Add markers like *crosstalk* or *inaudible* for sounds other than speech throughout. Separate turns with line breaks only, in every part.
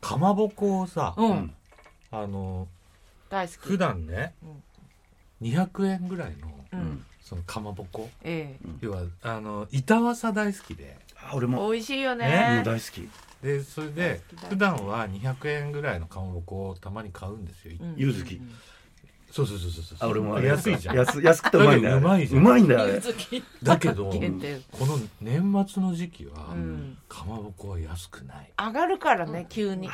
かまぼこをさ、
うん。
あの
大好き。
普段ね、200円ぐらいの、
うん。
そのかまぼこ
ええ。
要はあの板わさ大好きで
あ俺も
美味しいよ
もう
ね。
大好き
でそれで
大好き大好き
普段は200円ぐらいのかまぼこをたまに買うんですよ、
うん
柚子き
そうそうそうそうそう
あ俺も
安い
*laughs*
じゃん
安安くてうまいんだよ
だけどうまいじゃん
うまいんだよあ
柚
れ
子き
だけ
*laughs*
ど
限定。
この年末の時期は、
うん
かまぼこは安くない
上がるからね、急に。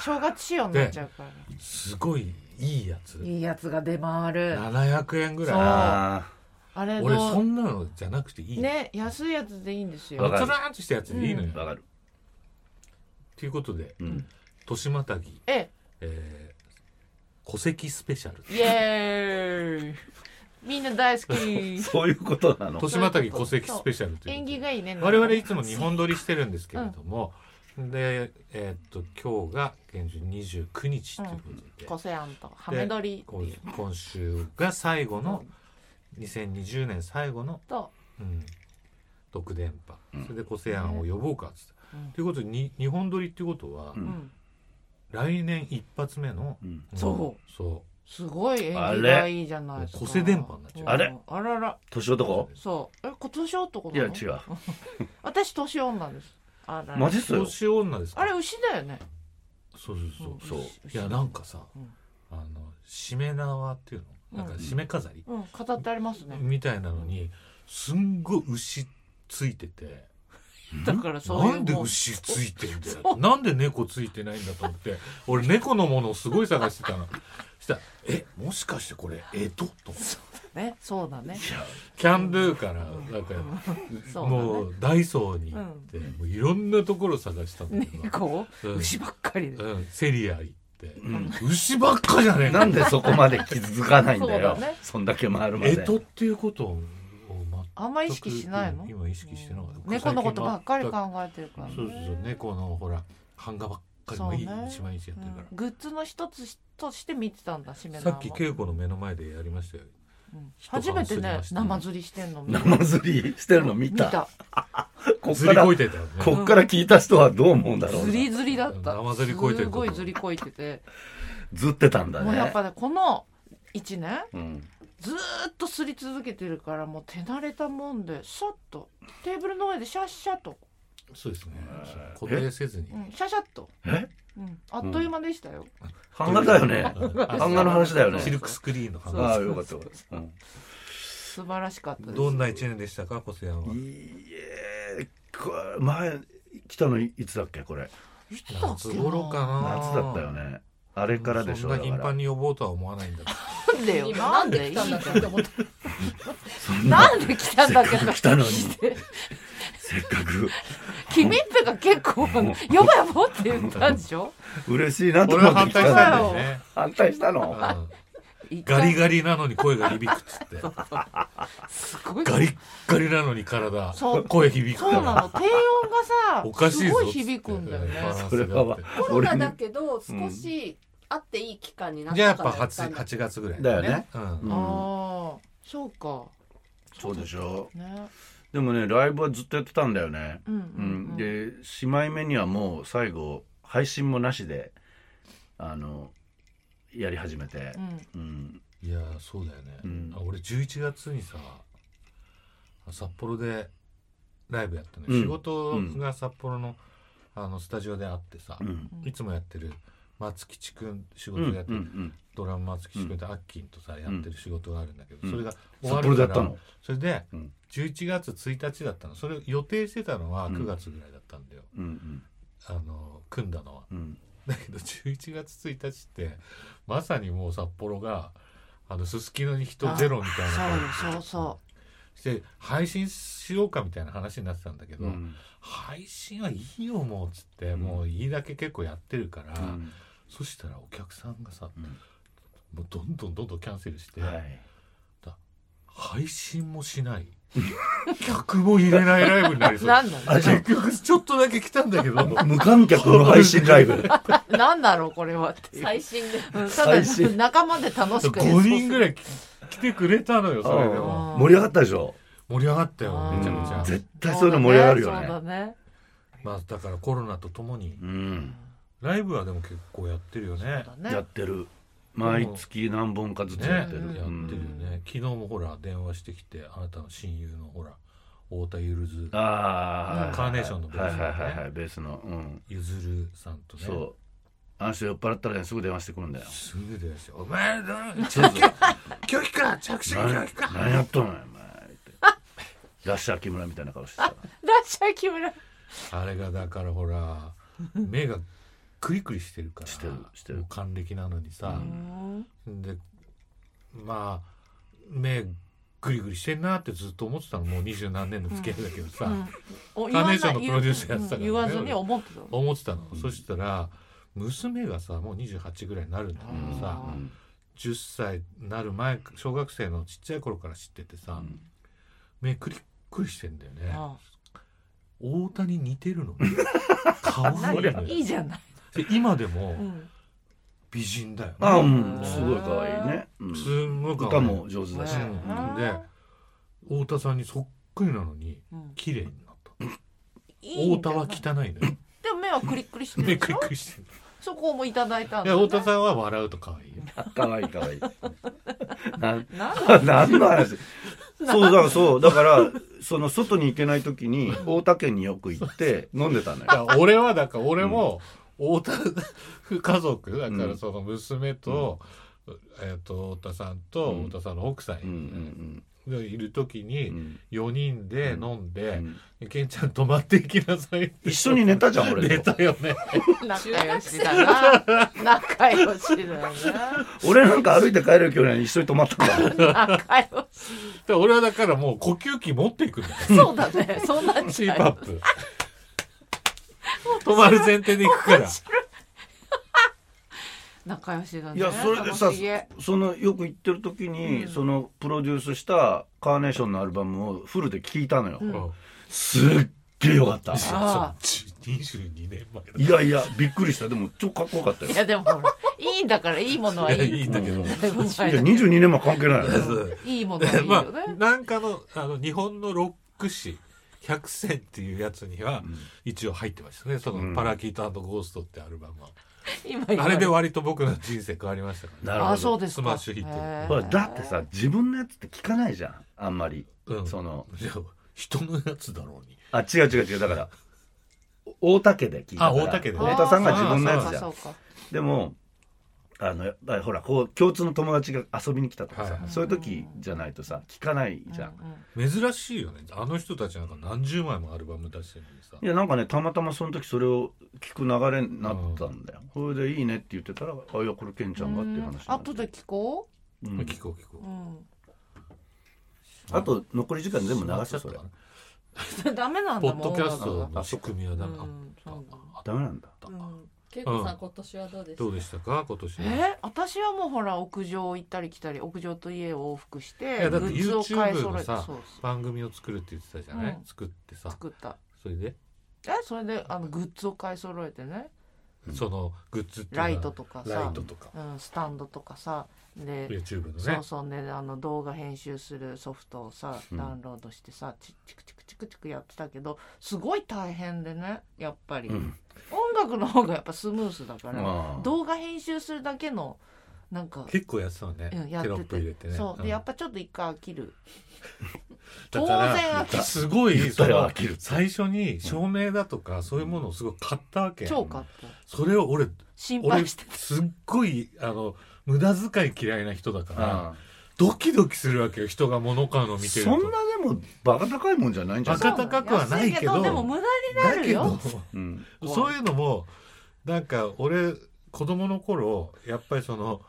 正月仕様になっちゃうから。
すごいいいやつ
いいやつが出回る。
700円ぐら
あ
あ
い
れ
俺そ
ど
んなのじゃなくていい、
う。ね、安いやつでいいんです
つ
よ
わ。かる
らーっとしたやつでいいのよ、
ーわかる
ということで
うん
「年またぎ、
え
えー、戸籍スペシャル」
え、イエーイ。みんな大好
*laughs*
き。
そういうことなの
年またぎ戸籍スペシャルという
縁
ことで
起がいいね。
我々いつも日本撮りしてるんですけれども、で、えーっと今日が現状29日というこ
コ
と
セアンとハメ撮りって
で、
いう
今今週が最後の2020年最後の、
と、
うん、独電波
うん
それで個性案を呼ぼうかっつって。
うん
ということでに日本撮りっていうことは、
う
うんん、
来年一発目の、
うん
うん
そ
そ
すごい縁起がいいじゃないですか。
あれ小瀬電波になっちゃう
あれ
あらら。
年男
そう。え、今年男
い
な
や
の
違う
私年女です。あらら
マジっ
う
すよ
年女ですか
あれ牛だよね。
そうそうそう、
そう
いやなんかさ、
うん
あの締め縄っていうのなんか締め飾り、
うん、飾ってありますね。
みたいなのにすんごい牛ついてて
だからそういう
なんで
もう
牛ついてんだよなんで猫ついてないんだと思って俺猫のものをすごい探してたのそしたら「えもしかしてこれえと?」と思って
ね、そうだね。
キャンドゥからなんか
そうだね
もうダイソーに行ってもういろんなところ探したんだけど、
猫、
うん
牛ばっかりで。
うん、セリア行って、牛ばっかじゃねえ
な
か
んでそこまで気づかないんだよ
そうだね
そんだけ回るま
え
で
とっていうことを全く
あんま意識しないの。
今意識してなかった
猫のことばっかり考えてるから、ね。
そうそうそう猫のほら版画ばっかり
そう
毎
ね
日毎日やってるから、
うんグッズの一つとして見てたんだ、しめ縄
さ
は
っき稽古の目の前でやりましたよ
うん初めてね
一晩過ぎま、した
生釣りしてんの見た。
生釣りしてるの見
見
た
た。
こっ
ず
か
り
ら
こ
こ
いてたよね
っから聞いた人はどう思うんだろ
ず
うな
りずりだった。
生釣りこいてる
すごいずりこいてて。
ずってたんだ
もうやっ
ね
ぱね、この1年、
うん
ずーっとすり続けてるから、もう手慣れたもんで、さっと、テーブルの上でシャッシャッと、
そうですね
えー
固定せずに
うん、シャシャッと。
え
うん、あっという間でしたよ。
版画だよね
版
版画の話だよね
シルクスクリーンの話
ああよかったよかったうん
素晴らしかったです。
どんな一年でしたか小瀬山はい
えこれ前来たのいつだっけこれ
いつだっ
夏
けな
頃かな
夏だったよねあれからでし
そ
ょ
ん
だ
な
か
頻
ら
繁に呼ぼうとは思わないんだ
*laughs*
なんでよ、なんでいいじゃん。
そんな
なんで来たんだっけ
せっか
ど
く来たのにせっかく
君ってが結構、やばいやばって言ったんでしょ
嬉しいなと
俺
思
は
って
反対したん
来たの
だ
に
よね、
反対したの
うん
言っちゃう
ガリガリなのに声が響くっつって
すごい
ガリッガリなのに体
そう
声響く
そう
か
な
ら
の低
お
音がさ
かしい
す
ぞ
ご
っつ
い
って
響くんだよね
バラン
そ
ス
れ
が
は
あっ
わ
て
コロナ
俺
だ
に
けど少しあっていい期間になっ
じゃあや
た
っ
から
ぱ
やった
8
んだ
八月ぐらい
だよね
うん
ああそうか
そうでしょ
ね
でもねライブはずっとやってたんだよね
うん
う
うん
ん
うん
でしまい目にはもう最後配信もなしであのやり始めて
うん
うん
いやーそうだよね、
うん
あ俺11月にさ札幌でライブやったの、
う
よ
ん
仕事が札幌の,、あのスタジオであってさ、
うん
うん
いつもやってる松吉くん仕
うんう
事でやってる、
ん
ドラム松吉くんとアッキンとさ、やってる仕事があるんだけど、
うん
それが
うん
終わ
札幌
る
で
か
やった
ら
の
それで
うん
11月1日だったのそれを予定してたのは
うん
9月ぐらいだったんだよ、
うん
あの組んだのは。
うんうん
だけど11月1日ってまさにもう札幌があのすすきのに人ゼロみたいな感じ
そうよそうそ
して配信しようかみたいな話になってたんだけど、
うん
配信はいいよもうっつって、
ん
もういいだけ結構やってるから、
うん
そしたらお客さんがさ、
うん
もうどんどんどんどんキャンセルして、
はい
配信もし
*laughs*
ない客も入れないライブになり
う
そう
なんだろ
結局ちょっとだけ来たんだ
*laughs*
けど
無観客の配信ライ
*laughs*
ブ
う *laughs* なんだろうこれはっていう
最新で
うんただ
最新
仲間で楽しく
5人ぐ
い
らい来てくれたのよそれでも。
あー
盛り上がったでしょ
盛り上がったよ
あー
めちゃめちゃ
絶対そういうの盛り上がるよ
そう
ね
だね
まあだからコロナとともに
うん
ライブはでも結構やってるよね
だ
や
ね
ってる毎月何本かずつ
ね
やって
や
る、
ってるよね、昨日もほら電話してきてあなたの親友のほら太田ゆるず
ああ、
カーネーションのベ
ベ
ー
ー
スの
ス、
ね
はいはいはいはいベースのうん
ゆずるさんとね
そうあの人酔っ払ったらねすぐ電話してくるんだよ
すぐでですよお前どう
そうそう
拒否か着信拒
何
否か
何やっとんのよお前ってラッシャー木村みたいな顔してさ
ラッシャー木村
あれがだからほら
*laughs*
目がクリクリしてるから
してるしてる
もう還暦なのにさ、
うん
でまあ目グリグリしてんなってずっと思ってたのもう二十何年の付き合いだけどさ、
お
カーネーションの
言わない
プロデュースやってたからね
うん言わずに思ってたの
思ってたの、そしたら娘がさもう28ぐらいになるんだけどさ、
うん
10歳になる前小学生のちっちゃい頃から知っててさ、
うん
目クリックリしてんだよね
あ
大谷似て
*laughs*
るの可愛いの
あ
よ
いいじゃない
で今でも
うん
美人だよね、
あうんすごい可愛いね、うん、
すんごい可愛い
歌も上手だし、
う
ね
んで太田さんにそっくりなのに
うん
綺麗になった
いいんじ
太
ゃ
田
な
はい汚いのよ
でも目はクリック
*laughs*
リしてる
目
で
ク
し
リ
ょ
ックリしてる
そこもいただいたん
い
だ
や
ね
太田さんは笑うと可愛
*laughs*
いよ
可愛い可愛い *laughs* なん
*laughs* なんだ
何の話そうだからそうだからその外に行けない時に大田県によく行って飲んでたの
だ
よ
から俺はだから俺も太田家族だからその娘と、えっと太田さんと
うん
太田さんの奥さ
うんん
がいる時
うんう
に
ん
4人で飲ん
う
で
ん
「ケンちゃん泊まっていきなさい」って
一緒に寝たじゃん俺と
出たよね
仲良しだな仲良しだよ
俺なんか歩いて帰る距離なのに一緒に泊まったから
*laughs* な仲良し
で俺はだからもう呼吸器持っていくん
*laughs*
だよ
そうだねそんなん
チ
じ
ー
ゃ
パッ
な
プ
い
泊まる前提で行
*laughs*
くから
仲良しだね
いやそれでさ
楽しげ
そのよく行ってる時に、
うん
そのプロデュースしたカーネーションのアルバムをフルで聴いたのよ、
うん
すっげえよかった
ああ
22年前
いやいやびっくりしたでも超かっこよかったよ
いやでもほらいいんだからいいものはいい
やい
い
いんだけど、
だいぶ前
いや
だけど
22年前関係ないよね
いいものはいい
ま
よ
あ
ね
なんかのあの日本のロック誌100選っていうやつには一応入ってましたねその「
うん
パラキートゴースト」ってアルバムは、
今言わ
あ
れ
れ
た
で割と僕の人生変わりましたから、
なる
あ
ほ
そ
ど
うですか
スマッシュヒット
へー
ほらだってさ自分のやつって聞かないじゃんあんまり、
うん
その
いや人のやつだろうに
あ違う違う違うだから大竹で聞いたから
あ大竹でね
太田さんが自分のや
あ
つじゃ
そうんかそうか
でもあのやっぱりほらこう共通の友達が遊びに来たとかさ、
はいはい
そういう時じゃないとさ聞かないじゃん、
うんうん
珍しいよねあの人たちなんか何十枚もアルバム出してるのにさ
いやなんかねたまたまその時それを聞く流れになったんだよ、それでいいねって言ってたら「あいやこれケンちゃんが」っていう話になって
うん後で聞こ
うん
聞こう聞こ
う、
う
あと残り時間全部流すそれ
うん *laughs* ダメなん
ポ
だ
ッ
も
ド
ん
キャス
音
ト
楽
の仕組みはダメ、
う
あ
んそうだ
ああ
ダメなんだ
うん結構さ今年はどうでした
どうでしたか今年は
え私はもうほら屋上行ったり来たり屋上と家を往復して
いやだって
グッズを買い
YouTube
揃え
の
て
さ
そうです
番組を作るって言ってたじゃない、
うん
作ってさ
作った
それで、
えそれであのグッズを買い揃えてね
そのグッズっていうのは
ライトとかさ
ライトとか、
うん、スタンドとかさで
YouTube のね
そうそうねあの動画編集するソフトをさ
うん
ダウンロードしてさチチクチクチクチクやってたけどすごい大変でねやっぱり、
うん
音楽の方がやっぱスムースだから
あー
動画編集するだけのなんか、
結構やってたのね、
うん、やっ
テロ
て
ップ
て
入れてね
そうで
ん
やっぱちょっと一回飽きる
だ
当
から
然飽きる
すごい
言っ
そ
たよ
の
飽きる
最初に照明だとかそういうものをすごい買ったわけ
超かった
それを俺
心
俺
配して
すっごいあの無駄遣い嫌いな人だから
あ
ドキドキするわけよ人が物買うの
ー
見てると
そんなでもバカ高いもんじゃないんじゃない
バカ高くはないけど
安でも無駄になるよ
だけど
うん
そういうのもなんか俺子供の頃やっぱりその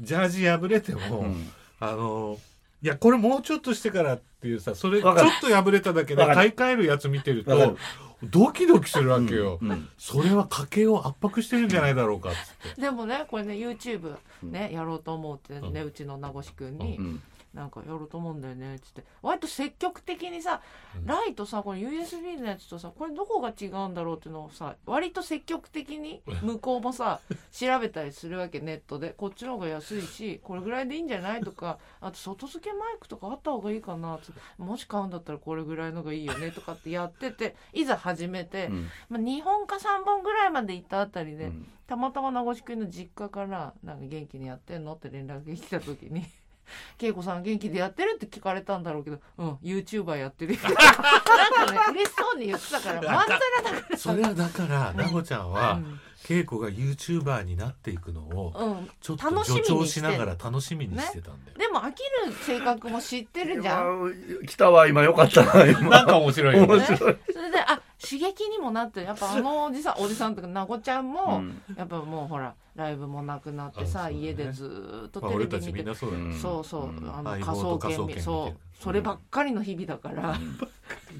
ジャージ破れても、
うん
あのいやこれもうちょっとしてからっていうさそれちょ
わ
っ
かる
と破れただけで
わか
買い
る
替えるやつ見てる
わか
と
る
ドキドキするわけよ、
うんうん
それは家計を圧迫してるんじゃないだろうかっつって
でもねこれね YouTube ねやろうと思うってね、
う
うちの名越くんに、
うん
なんかやろうと思うんだよねっつって割と積極的にさ
うん
ライトさこの USB のやつとさこれどこが違うんだろうっていうのをさ割と積極的に向こうもさ調べたりするわけネットでこっちの方が安いしこれぐらいでいいんじゃないとかあと外付けマイクとかあった方がいいかなってもし買うんだったらこれぐらいのがいいよねとかってやってていざ始めて、
うん
まあ、2本か3本ぐらいまで行ったあたりで、
うん
たまたま名越くんの実家から「なんか元気にやってんの?」って連絡が来た時
*laughs*
に「恵子さん元気でやってる?」って聞かれたんだろうけど「うん YouTuber やって
*laughs*
るよ」なんかね嬉しそうに言ってたからまんざらだか
それはだから奈穂ちゃん
ら、う
は
ん
恵子が YouTuber になっていくのを
うん
ちょっと助長しながら楽しみにしてたんだよ、
でも飽きる性格も知ってるじゃん。
今来たわ今よかったな今
なんか面白いよね
ね、それであ刺激にもなってやっぱあのおじさんおじさんとかなごちゃんも、
うん
やっぱもうほらライブもなくなって
あ
さ、
そうだね
家でずーっと
まあ、
テレ
俺
ビ
た
見
ち
て
みんなそうだよ、ね
うん
そうそう、
うん
あの
相
仮
棒と
想研
科捜研見て
み
る
そうそればっかりの日々だから、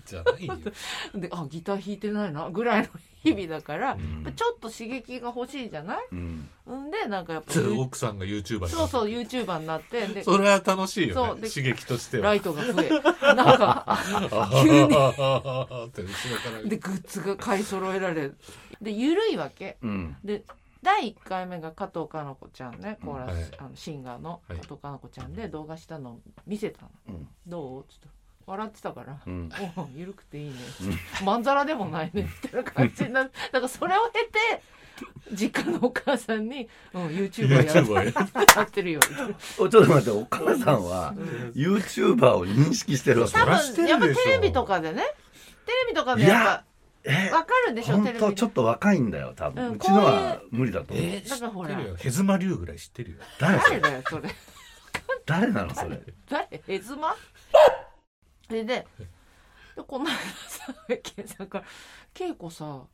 じゃないよ、
であギター弾いてないなぐらいの日々だから、
う
やっぱ
ん
ちょっと刺激が欲しいじゃない
うん
んでなんかやっぱ
奥さんが YouTuber にな
そ
っ
う
て
そう YouTuber になってで
それは楽しいよ
そう
ね
で
刺激として
ラ
は
イトが増えなんか *laughs*
*laughs*
急に
って後ろから
でグッズが買い揃えられるで緩いわけ
うん
で第1回目が加藤佳菜子ちゃんねコーラス、
はい
あのシンガーの加
はい
藤佳菜子ちゃんで動画したのを見せたの
うん
「どう?」っつって笑ってたから「
うん
おう緩くていいね」まんざらでもないね」みたいな感じになるだからそれを経て実家のお母さんに「うん YouTuber や
YouTuber や
ってるよ」
おちょっと待ってお母さんは YouTuber を認識してるわけ
そ
多
らしてるで
分
し
や
ょ
っぱテレビとかでねテレビとかでやっ
え
ぱわかるでしょ
本
テレビ
当
で
ちょっと若いんだよ多
う
分
ん
うちのは無理だと思う
えー
だからほら
知ってるよヘズマリュウぐらい知ってるよ
誰そ
誰
れ
だよそれ
誰なのそれ
誰えずまそれででこの間さケイさんから「恵子さ
ん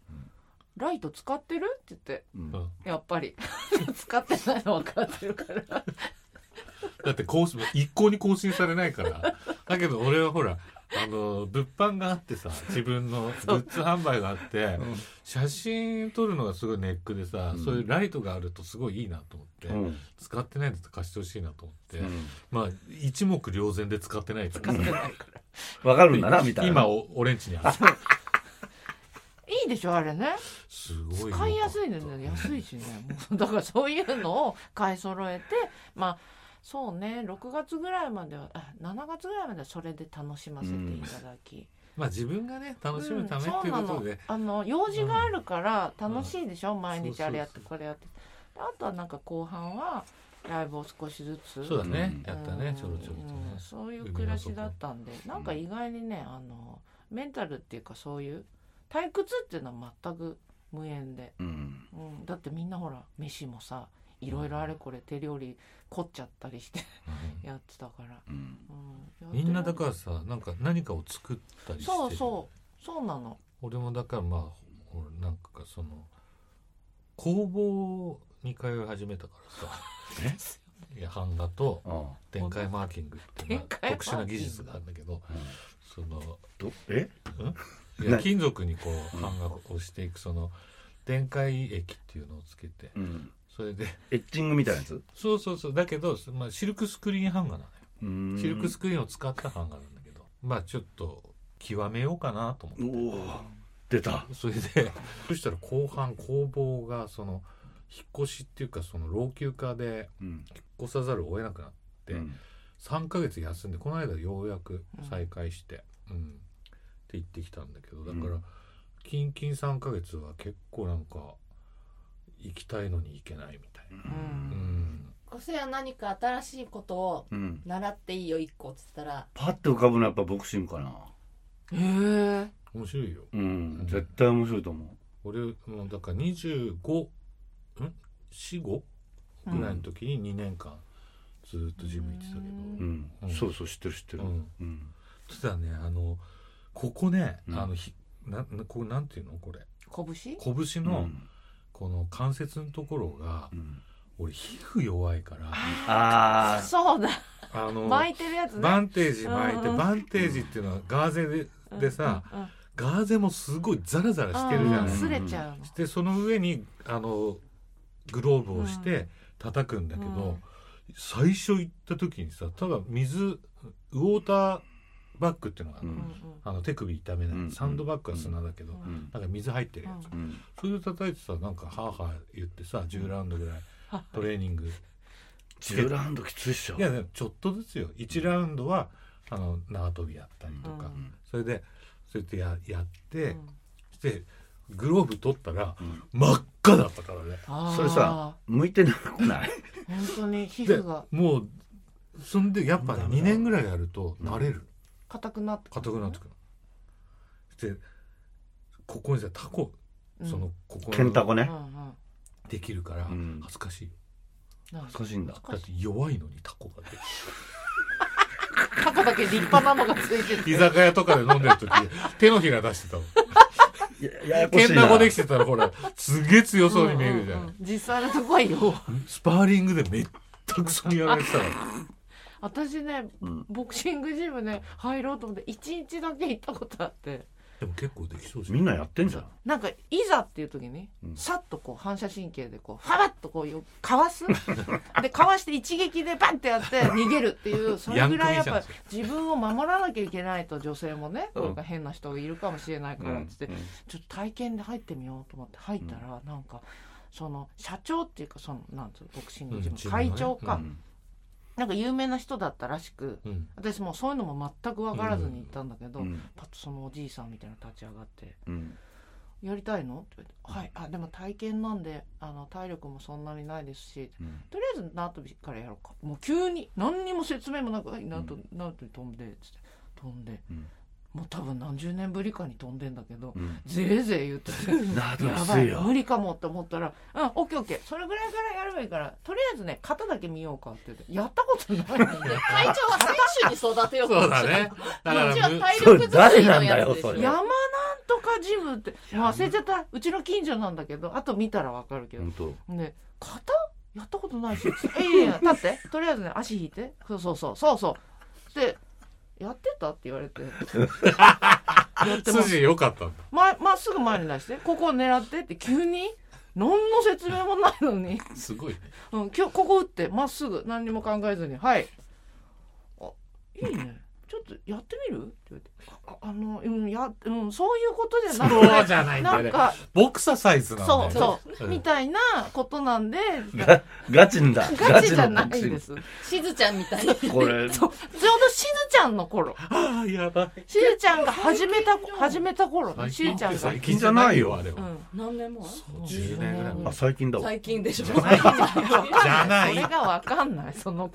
ライト使ってる?」って言って
うん
うん
「やっぱり *laughs* 使ってないの分かってるから
*laughs* だって更新一向に更新されないからだけど俺はほらあの物販があってさ自分のグッズ販売があって
ん
写真撮るのがすごいネックでさ、
うん
そういうライトがあるとすごいいいなと思って、
うん
使ってないんだったら貸してほしいなと思って、
うん
まあ一目瞭然で使ってないか
使
ら
ってないから
わかるんだなみたいな
今お俺んちにある
いいでしょあれね
すごいよ
使いやすいのね安いしね
*laughs*
もうだからそういうのを買い揃えてまあそうね6月ぐらいまではあ7月ぐらいまではそれで楽しませていただき、
まあ自分がね楽しむためっていうことで、
うんそうなのあの用事があるから楽しいでしょ、毎
そうそう
日
そう
あれやってこれやってであとはなんか後半はライブを少しずつ
そうだね、
うん
やった
う
ね
ん
ちょろちょろとね、
うんそういう暮らしだったんでなんか意外にねあのメンタルっていうかそういう退屈っていうのは全く無縁で、
うん
うん、だってみんなほら飯もさいろいろあれこれ手料理凝っちゃったりして *laughs* やってたから、
うん
うん、
みんなだからさなんか何かを作ったりしてる
そうそうそうなの
俺もだからまあほらなんかその工房に通い始めた
*laughs*
からさいや版画と
ああ
展開マーキングっていう、まあ
展開マー
特
キング
殊な技術があるんだけど
うん
その
どえ
いや
な
金属にこう版画をしていくその展開液っていうのをつけて
うん
それで
エッチングみたいなやつ
そうそうそうだけど、まあ、シルクスクリーン版画なのよ
うん
シルクスクリーンを使った版画なんだけどまあちょっと極めようかなと思って
おお出た
それでそしたら後半工房がその引っ越しっていうかその老朽化で
うん
引っ越さざるを得なくなって、
うん
3ヶ月休んでこの間ようやく再開して、うんって行ってきたんだけどだから、
うん
キンキン3ヶ月は結構なんか行きたいのに行けないみたいな。
うん
うん
こそや何か新しいことを
うん
習っていいよ一個っつったら
パッて浮かぶのはやっぱボクシングかな
へえ
面白いよ
うん絶対面白いと思
俺もうだから25ん45ぐらいの時に2年間ずーっとジム行ってたけど、
うん
ううん
うん
そうそう知ってる知ってる
うん
うん
そしたらねあのここね、
うん
あのひななこうなんていうのこれ
拳
拳
う
の
ん
この関節のところが、
うん
俺皮膚弱いから
ああ
そうだ
あの
巻いてるやつね
バンテージ巻いて
うん
バンテージっていうのはガーゼででさ
うんうん
ガーゼもすごいザラザラしてるじゃ
うん
ない
擦れちゃうの
でその上にあのグローブをして叩くんだけど、
うん
最初行った時にさただ水ウォーターバッグっていうのがある
う
の,、
うんうんん
あの手首痛めない、
うん
サンドバッグは砂だけど、
うん
うん
なんか水入ってるやつ、
うん
それで叩いてさなんかハーハー言ってさ10ラウンドぐらい
*laughs*
トレーニング
10ラウンドきついっしょ
いやでもちょっとずつよ1ラウンドはあの縄跳びやったりとか、
うん
それでそうやってややって、
うん
してグローブ取ったら
うん
真っ赤だったからね
あー
それさ向いてなく *laughs* ない
本当に皮
で
膚が
もうそんでやっぱね
ダメだ
2年ぐらいやると慣れる
硬くなって
硬くなってくるでここにさタコ
うん
そのここ
ケンタコ
うん
ね
うん
できるから
うん
恥ずかしいよ
なんか
難しいんだ
だって弱いのにタコがね
肩だけ立派なのがついて
居
て
酒屋とかで飲んでる
*laughs*
時手のひら出してたの
いやややこ
け
しい
ん玉
な
できてたらほらすげえ強そうに見えるじゃ
うんうんんうん実際のとこはよ
スパーリングでめったくそにやられてたの
私ね
うん
ボクシングジムね入ろうと思って一日だけ行ったことあって
でも結構できそうじゃ
みんなやってんじゃん
なんかいざっていう時に
うん
さっとこう反射神経でこうファバッとこうよかわすでかわして一撃でバンってやって逃げるっていうそれぐらいやっ
ヤン
ぱ
クミ
自分を守らなきゃいけないと女性もね
うん
なんか変な人がいるかもしれないからっつって
うん
ちょっと体験で入ってみようと思って入ったら、なんかその社長っていうかそのなんつうのボクシングジム
うん
会長か、
う
なんか有名な人だったらしく
んうん
私もうそういうのも全く分からずに行ったんだけど、
うん
パッとそのおじいさんみたいなの立ち上がって
うん
「やりたいの?」って言って「はいあでも体験なんであの体力もそんなにないですし
うん
とりあえず縄跳びからやろうか」もう急に何にも説明もなく「はい縄跳び縄跳び飛んで」っつって飛んで
うん
もう多分何十年ぶりかに飛んでんだけど。
うん
ぜーぜー言ってて
*laughs* なる
や
ほ
ば
ど
い
よ
無理かもって思ったら「うんオッケーオッケーそれぐらいからやればいいからとりあえずね肩だけ見ようか」って言ってやったことないんで
*laughs*
会長は選手に育てようと
そうだねだ
こ
か
っち
ら
は
む
体力作りのやつで
そ
し
れ誰なんだよそ
ょ
れ
山なんとかジムってもう忘れちゃったうちの近所なんだけどあと見たらわかるけど
本当
ね肩やったことないし「えいやいや
*laughs*
立ってとりあえずね足引いてそうそうそうそうそう」でやってた?」って言われてやってます
筋良かったんだ
ままっすぐ前に出してここを狙ってって急に何の説明もないのに、
すごいね
うん、今日ここ打ってまっすぐ何にも考えずに「はい」あ「いいねちょっとやってみる?」って言って「ああのうんや、うん、そういうことじゃなく
じゃな
てなんか
ボクサーサイズなんだ
そ
よ
う
ね
そう、
うん
みたいなことなんで
ガガチんだ
ガチじゃないん
ガチの
で
ボク
す。
しずちゃんみたいな
シングこれ
*laughs* そうちょうどしずちゃんの頃
ああやばい
しずちゃんが始めた始めた頃ねしずちゃんが
最。近じゃないよあれ
う
は、
ん
何年前
10年ぐらい
あ
前
最近だわ
最近でしょ
じゃない
ち
じゃない
それがわかんないその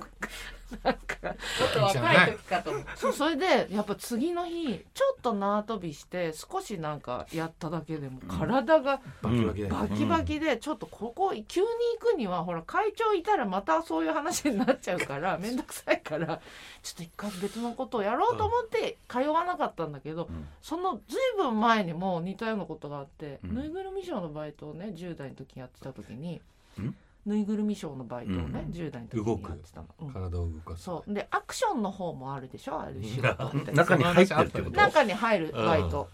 なんか
ょっと若い時かと思う
そうそれでやっぱ次の日ちょっと縄跳びして少しなんかやっただけでも体が
バキバキだよ
バ
ね
キバキでちょっとここ急に行くにはほら会長いたらまたそういう話になっちゃうから
*laughs*
面倒くさいからちょっと一回別のことをやろうと思って通わなかったんだけど
うん
そのずいぶん前にも似たようなことがあって、
うん
ぬいぐるみショーのバイトをね10代の時にやってた時に、
ん
ぬいぐるみショーのバイトをね、
うん
10代の時にやってたの、うん
体を動かす
そうでアクションの方もあるでしょある仕事
*laughs*
って
中に入ってるってこ
に
と
中に入るバイト、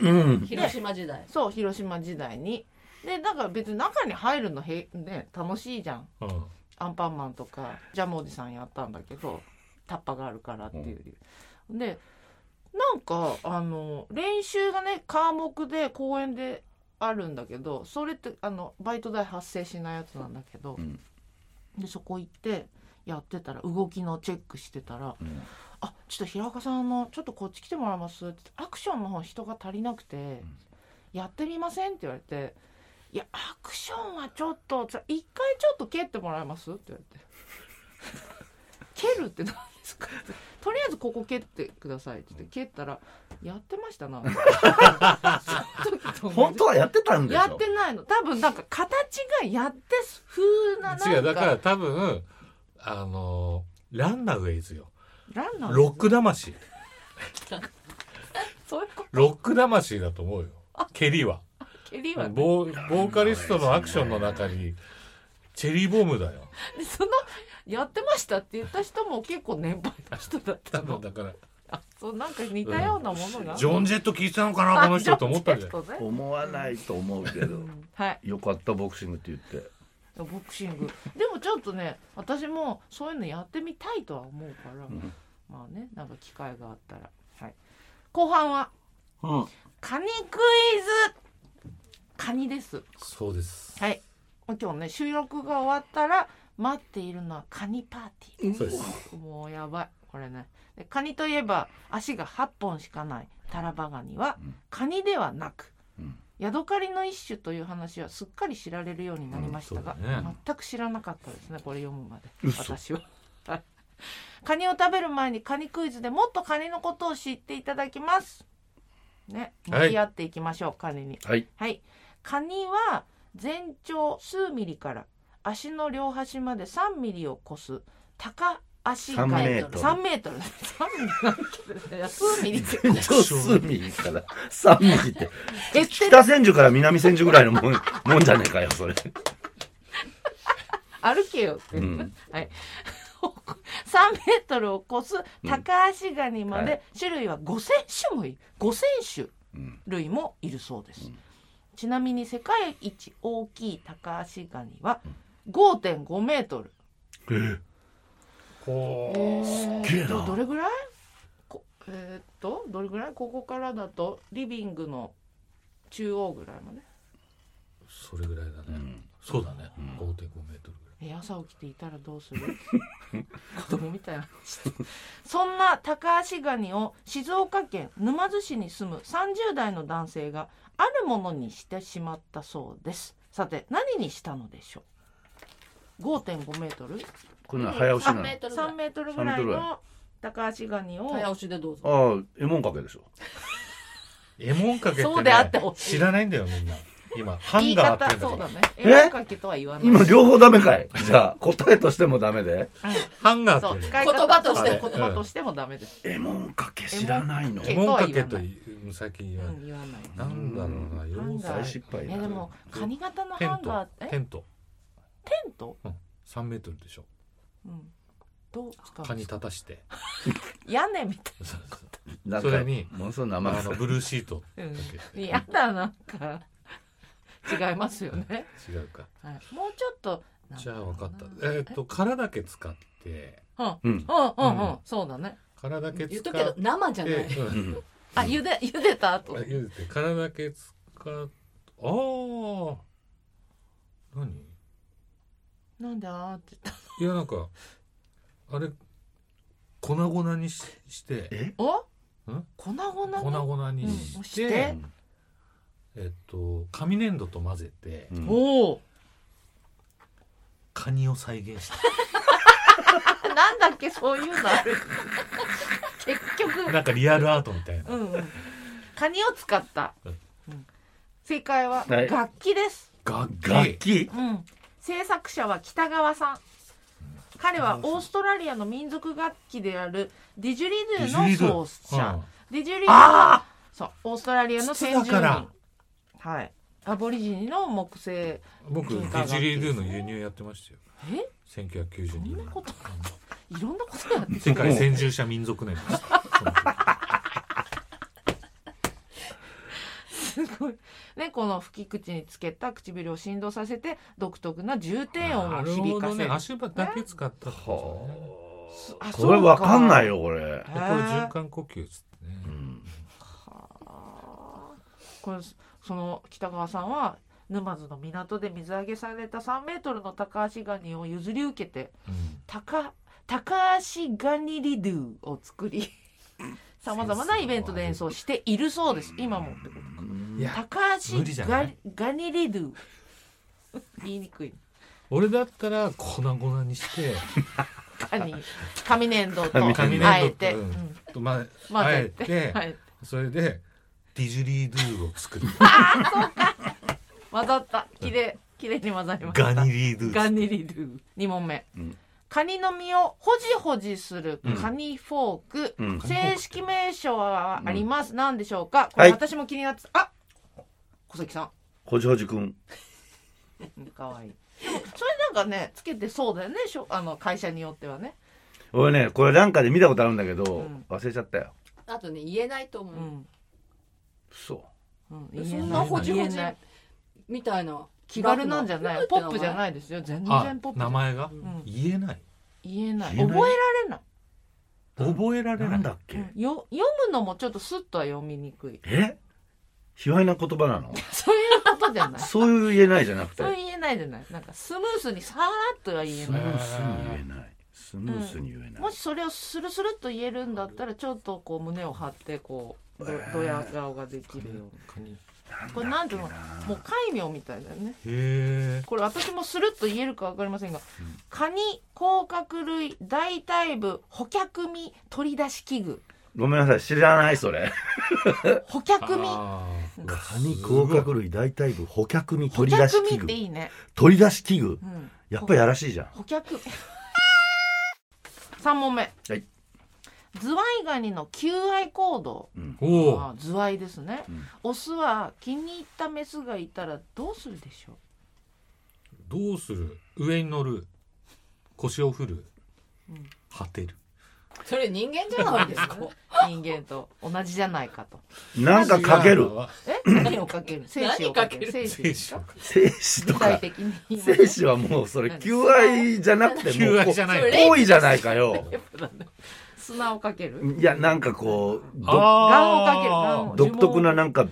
うん
広島時代
そう広島時代にでだから別に中に入るのへ、ね、楽しいじゃん
うん
アンパンマンとかジャムおじさんやったんだけどタッパがあるからっていう理由、でなんかあの練習がね科目で公園であるんだけどそれってあのバイト代発生しないやつなんだけど、
うん
でそこ行ってやってたら動きのチェックしてたら
うん
「あちょっと平岡さんあのちょっとこっち来てもらえます」って言ってアクションの方人が足りなくて「やってみません?」って言われて「いやアクションはちょっとじゃあ一回ちょっと蹴ってもらえます?」って言われて *laughs* 「蹴るって何ですか?」って「とりあえずここ蹴ってください」って言って蹴ったら「やってましたな」その時と同じ
本当はやってたんでしょ
やってないの多分なんか形がやって風ななんか
違うだから多分あのーランナーウェイズよ
ランナー
ロック魂
そういうこ
ロック魂だと思うよ蹴りは
と蹴りはね
ボーボーカリストのアクションの中にチェリーボムだよ
でそのやってましたって言った人も結構年配の人だっ
多
た
分
の
だから
あそうなんか似たようなものが、
ジョン・ジェット聞いてたのかなこの人と思ったんじゃない
あジョンジェットね
*laughs* 思わないと思うけど
うんはい
よかったボクシングって言って
ボクシングでもちょっとね私もそういうのやってみたいとは思うから、
ん
まあねなんか機会があったら、はい、後半は
うん
カニクイズカニです
そうです
はい今日ね収録が終わったら待っているのはカニパーティー
そうです
もうやばいこれねでカニといえば足が8本しかないタラバガニは
うん
カニではなく、
うん
ヤドカリの一種という話はすっかり知られるようになりましたが、
うんそうだね
全く知らなかったですねこれ読むまで
嘘
私は。はいカニを食べる前にカニクイズでもっとカニのことを知っていただきます。ね、
はい
向き合っていきましょう、カニに。
*laughs* はい
はい。カニは全長数ミリから足の両端まで3ミリを超す高足
3
貝
メートル
3メートル。3ミリなんてい
*laughs*
や数ミリって
全長数ミリから3ミリって
減ってる
北千住から南千住ぐらいの *laughs* もんもんじゃねえかよそれ
歩けよって。
うん
はい。3メートルを超す高足ガニま
うんは
で種類は5選種もいる5選種
うん
類もいるそうです、
うん
ちなみに世界一大きいタカアシガニは5.5メートル
こ
すっげえな
どどれぐらいこえーっとどれぐらいここからだとリビングの中央ぐらいまで
うそれぐらいだね、
うん
そうだね
うん
5.5メートルぐらい
え朝起きていたらどうする
*laughs*
子供みたいなそんな高足ガニを静岡県沼津市に住む30代の男性があるものにしてしまったそうですさて何にしたのでしょう5.5メートル
これな早押しなの
3メートルぐ
3メー
らい
トルぐらい
3メートルぐ
の高足ガニを
早押しでどうぞ
ああえもんかけでしょ
えもんかけって、ね、
そうであってほしい
知らないんだよみんな今ハ
言
ン
い
ガーって言
方そ
うん
う
だ
だ
か
ね
え
絵をかけとは言わない
今両方ダメかいじゃあ答えとしてもダメで
うん
らハンガー
そ
っ
う
て
使
言
い方
言葉として
そう言葉としてもダメです
えもんかけ知らないの
え
う
も
のえもん
んか
か
け
け
と
と
は
いう先言わ
う
ない、
ん言わない
なんだろうな
ハン
要
ガー
塞
大
失敗だ
えでもカニ型の
テ
ハ
ン
ンガー
ト
え
テント
テント、
3メートルでしょ
うん、どう使
蚊に
うんですか
立たして
*laughs* 屋根みた
なんか
それに
ものすごい名
ま
前
あ、あのブルーシート
いな、
だけ
うん、やだなんか違いますよね、
違うか
はい、もうちょっとなん
じ
だ
ゃあ
ろう
分か
な
ったえーっと殻だけ使って
うん
うんうんうん、
うん
そうだね
殻だけ使
言っ
って
とくけど生じゃない
うん
うん
あ茹で茹でた後
あゆでて殻だけ使っあー何
なんであーって言っ
いやなんかあれ粉々にしして
え
たお
ん
粉々
粉
に
々にして,、
うんして
えっと紙粘土と混ぜて、
うん
おお
カニを再現した
なんだっけそういうのあ *laughs* る結局
なんかリアルアートみたいな
*laughs* うんうん、カニを使った、
うん
うん正解は
はい
楽器です、
楽器
楽器
うん、制作者は北川さん彼はオーストラリアの民族楽器であるディジュリドゥの奏者ディジュリドゥ
あ
そうオーストラリアの先住
筒だから
民はいアボリジニの木製
僕デ
金管楽器
ィジリドゥの輸入やってましたよ
え
1992
そ
年
んなこといろんなことやって
世界先住者民族年です
すごいねこの吹き口につけた唇を振動させて独特な重低音を響かせ
なるほどね
る
足場だけ使ったってことだね
あ
はあこれわかんない
よ。
よこれ
でこれ循環呼吸っつってね、
うん
これその北川さんは沼津の港で水揚げされた3メートルの高足ガニを譲り受けて
うん
高高足ガニリドゥを
*laughs*
作りさまざまなイベントで演奏しているそうです今もってことか
いや
高足
無理じゃな
ガ
い
ガニリドゥ言いにくい
俺だったら粉々にして
ガニ紙粘土と
粘
紙
土と
あえて、
うん
うん
まあ、
混
あえ
ぜて
て、
はい
それでディジュリードゥを *laughs* 作る
混ざったきれいきれいに混ざりました
ガニリードゥ
ガニリドゥ2問目、
うん
カニの身をほじほじするカニフォーク、
うん
正式名称はあります、なん、何でしょうかこ
は
れ
い
私も気になってた、あ小関さ
ほじほじくん
んかわいいでもそれなんかねつけてそうだよねしょあの会社によってはね
俺ねこれなんかで見たことあるんだけど、
うん
忘れちゃったよ
あとね言えないと思
う、
うん
そう
うん、
そん
なほ
じほじ
言えない
みたいな
気軽なんじゃない
ラフ
ポ
な
ップじゃないですよ全
あ
然ポップじゃ
名前が
ん
言えない
言えない
言えない
覚えられない
覚えられ
な
ない
んだっけ、
うんよ読むのもちょっとスッとは読みにくい
え卑猥な言葉なの
そういうことじゃない
そういう言えないじゃなくて
そう言えないじゃないなんかスムースにさらっとは言え
スム
ない
ースに言えないスムースに言えない、
もしそれをスルスルっと言えるんだったらちょっとこう胸を張ってこうどドヤ顔ができるよう
へ
なこれなんていうのもう戒名みたいだよね
え
これ私もスルッと言えるか分かりませんがカニ甲殻類大腿部捕脚身取り出し器具
ごめんなさい知らないそれ
捕脚身
あー
カニ甲殻類大体部捕客に
捕
取り出
脚
し
身
器
ってい
具
いね、
取り出し器具
うん、
やっぱやらしいじゃん
捕脚 *laughs* 3問目、
はい
ズワイガニの求愛行動
お
あ
お
ーズワイですね、
うん
オスは気に入ったメスがいたらどうするでしょ
どうする上に乗る腰を振る
うん
果てる
それ人間じゃない
*laughs*
ですか
う人間と同じじゃないかと
なんかかける
え何をかける精子をかける
何
精子
精
で
子
す
とか
か具
精子と
体
か
的に言います
精子はもうそれ求愛じゃなくても
*laughs* 求
う
愛
こ
じゃな
そ
い
れ
行為じゃないかよ
砂をかける
いやなんかこうど
あ
ー
独特ななんか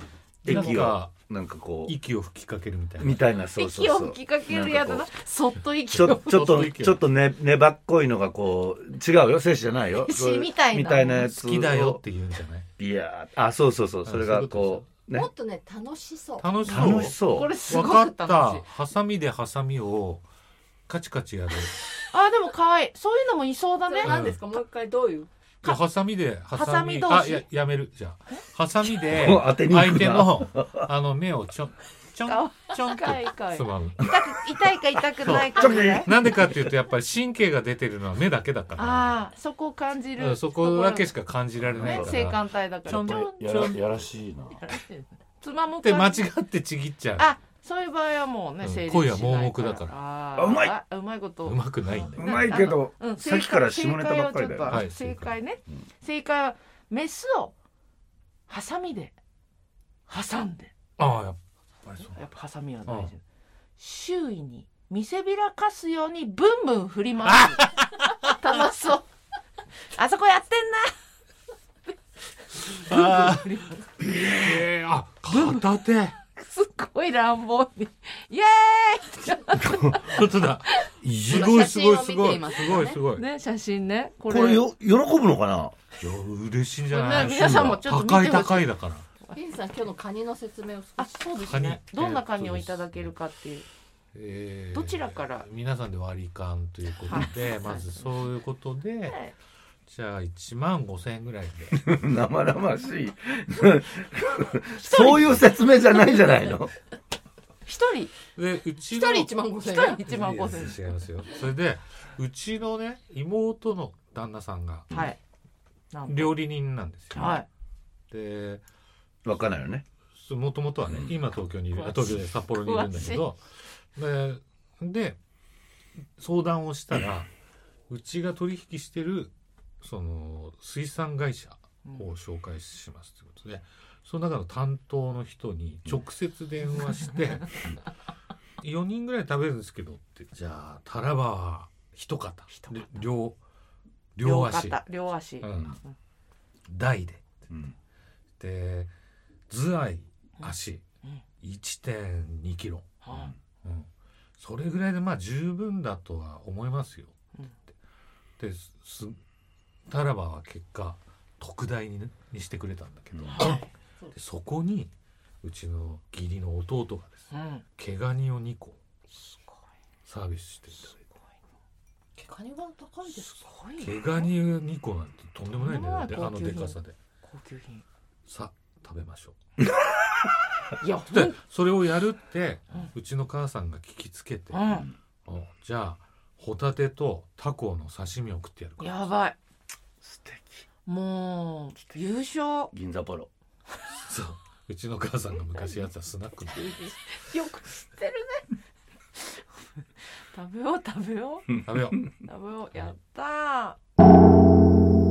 液
なん
を
か
なんかこう
息を吹きかけるみたいな
みたいなそうそう
息を
そう
吹きかけるやつ
な
だ
んかこ
そっと
う
息
*laughs*
ちょ
を
ちょっ
ちょっと
と
息を
ちょっとね粘っこいのがこう違うよ精子じゃないよ
精子
そう
みたいな
みたいなやつ
好きだよって言うんじゃない
ビヤーあそうそうそう
あ
それがこうね
もっとね楽しそう
楽しそう
楽しそ
こ
う
れすご
分かっ
く
た
楽しい
ハサミでハサミをカチカチやる
あでも可愛いそういうのもいそうだね
それ何ですかもう一回どういう
じゃあハサミでハ
ハサミ同士
あややめるじゃあハサミで
もう当てに行くな
相手のあの目をちょんちょ
かわ
んちょんと
かわいいかわいい
つまむ
痛く痛いか痛くないかぐらい
なんでかっていうとやっぱり神経が出てるのは目だけだか
ああそこを感じ
ら、う
る
んそこだけ
と
しか感じられ
ころ
ない
ね
から、
性感帯だから
ちょん
ち
と
ょん
やらや
らしいな
つまむ
で間
感
違
じ
ってちぎっちゃう
あそういう場合はもうね
うん
成立しない
恋は盲目だから
あ
あうまい
いうんまいこと
うまくないんだよ、
うまいけど
うん
さっきから下ネタばっかりだ
正解をちょ
よ
と
はい
正解ね
正解
正解はメスをハサミで挟んで
ああやっぱりそう
やっぱハサミは
う
大
ん
事周囲に見せびらかすようにブンブン振ります楽しそうあそこやってんな
*laughs* あーえー、あ片手
すっごい乱暴にイエ
本当だすごいすごいすごいすごいすご
ー
い、
イね写真ねこ
こ
れ
れよ喜ぶのかない
や嬉しいんじゃない
ね皆さんもちょっと
高
見てほし
い
い
高いだから
リンさん今日のカニの説明を少
あ
し
そうですね
カニ
どんなカニをいただけるかっていう
えー
どちらから
皆さんで割り勘ということで、まずそういうことで
はい
じゃあ1万5千円ぐらい
*laughs* 生々しい *laughs* そういう説明じゃないじゃないの
一人
ででうち
一
の
人一万五千
一
円
人一万五千
円違いますよそれでうちのね妹の旦那さんが
はいなんと
料理人なんですよ、
はい
で
*laughs* わかんないよね
もともとはね、今東京にいるあ東京で札幌にいるんだけどでで相談をしたらうちが取引してるその水産会社を紹介しますということで、その中の担当の人に直接電話して
*laughs*
「4人ぐらい食べるんですけど」って「じゃあタラバは一肩
一
で
肩
両両
両
足
肩両足
うん、大で」
うん
で頭愛足
うん
1.2キロ、
はい
うん、それぐらいでまあ十分だとは思いますよ、
うん
ってですすタラバは結果特大に,、にしてくれたんだけど、でそこにうちの義理の弟がですね
うん
毛ガニを2個
すごい
サービスしていただい
カニが高いです
すごい
て毛ガニ2個なんてとんでもないんだよで
と
あ
ん
の
でもな
でか
い高級品
さで
高級品
さあ食べましょう *laughs*
いや
でそれをやるって、うちの母さんが聞きつけて、
うんうん
おじゃあホタテとタコの刺身を食ってやるから
やばい
素敵
もう優 *laughs* 勝よ
銀座ポロ
そううちの母さんが昔やってたスナックの
く知ってるね食べよう食べよう
食べよう
食べようやったー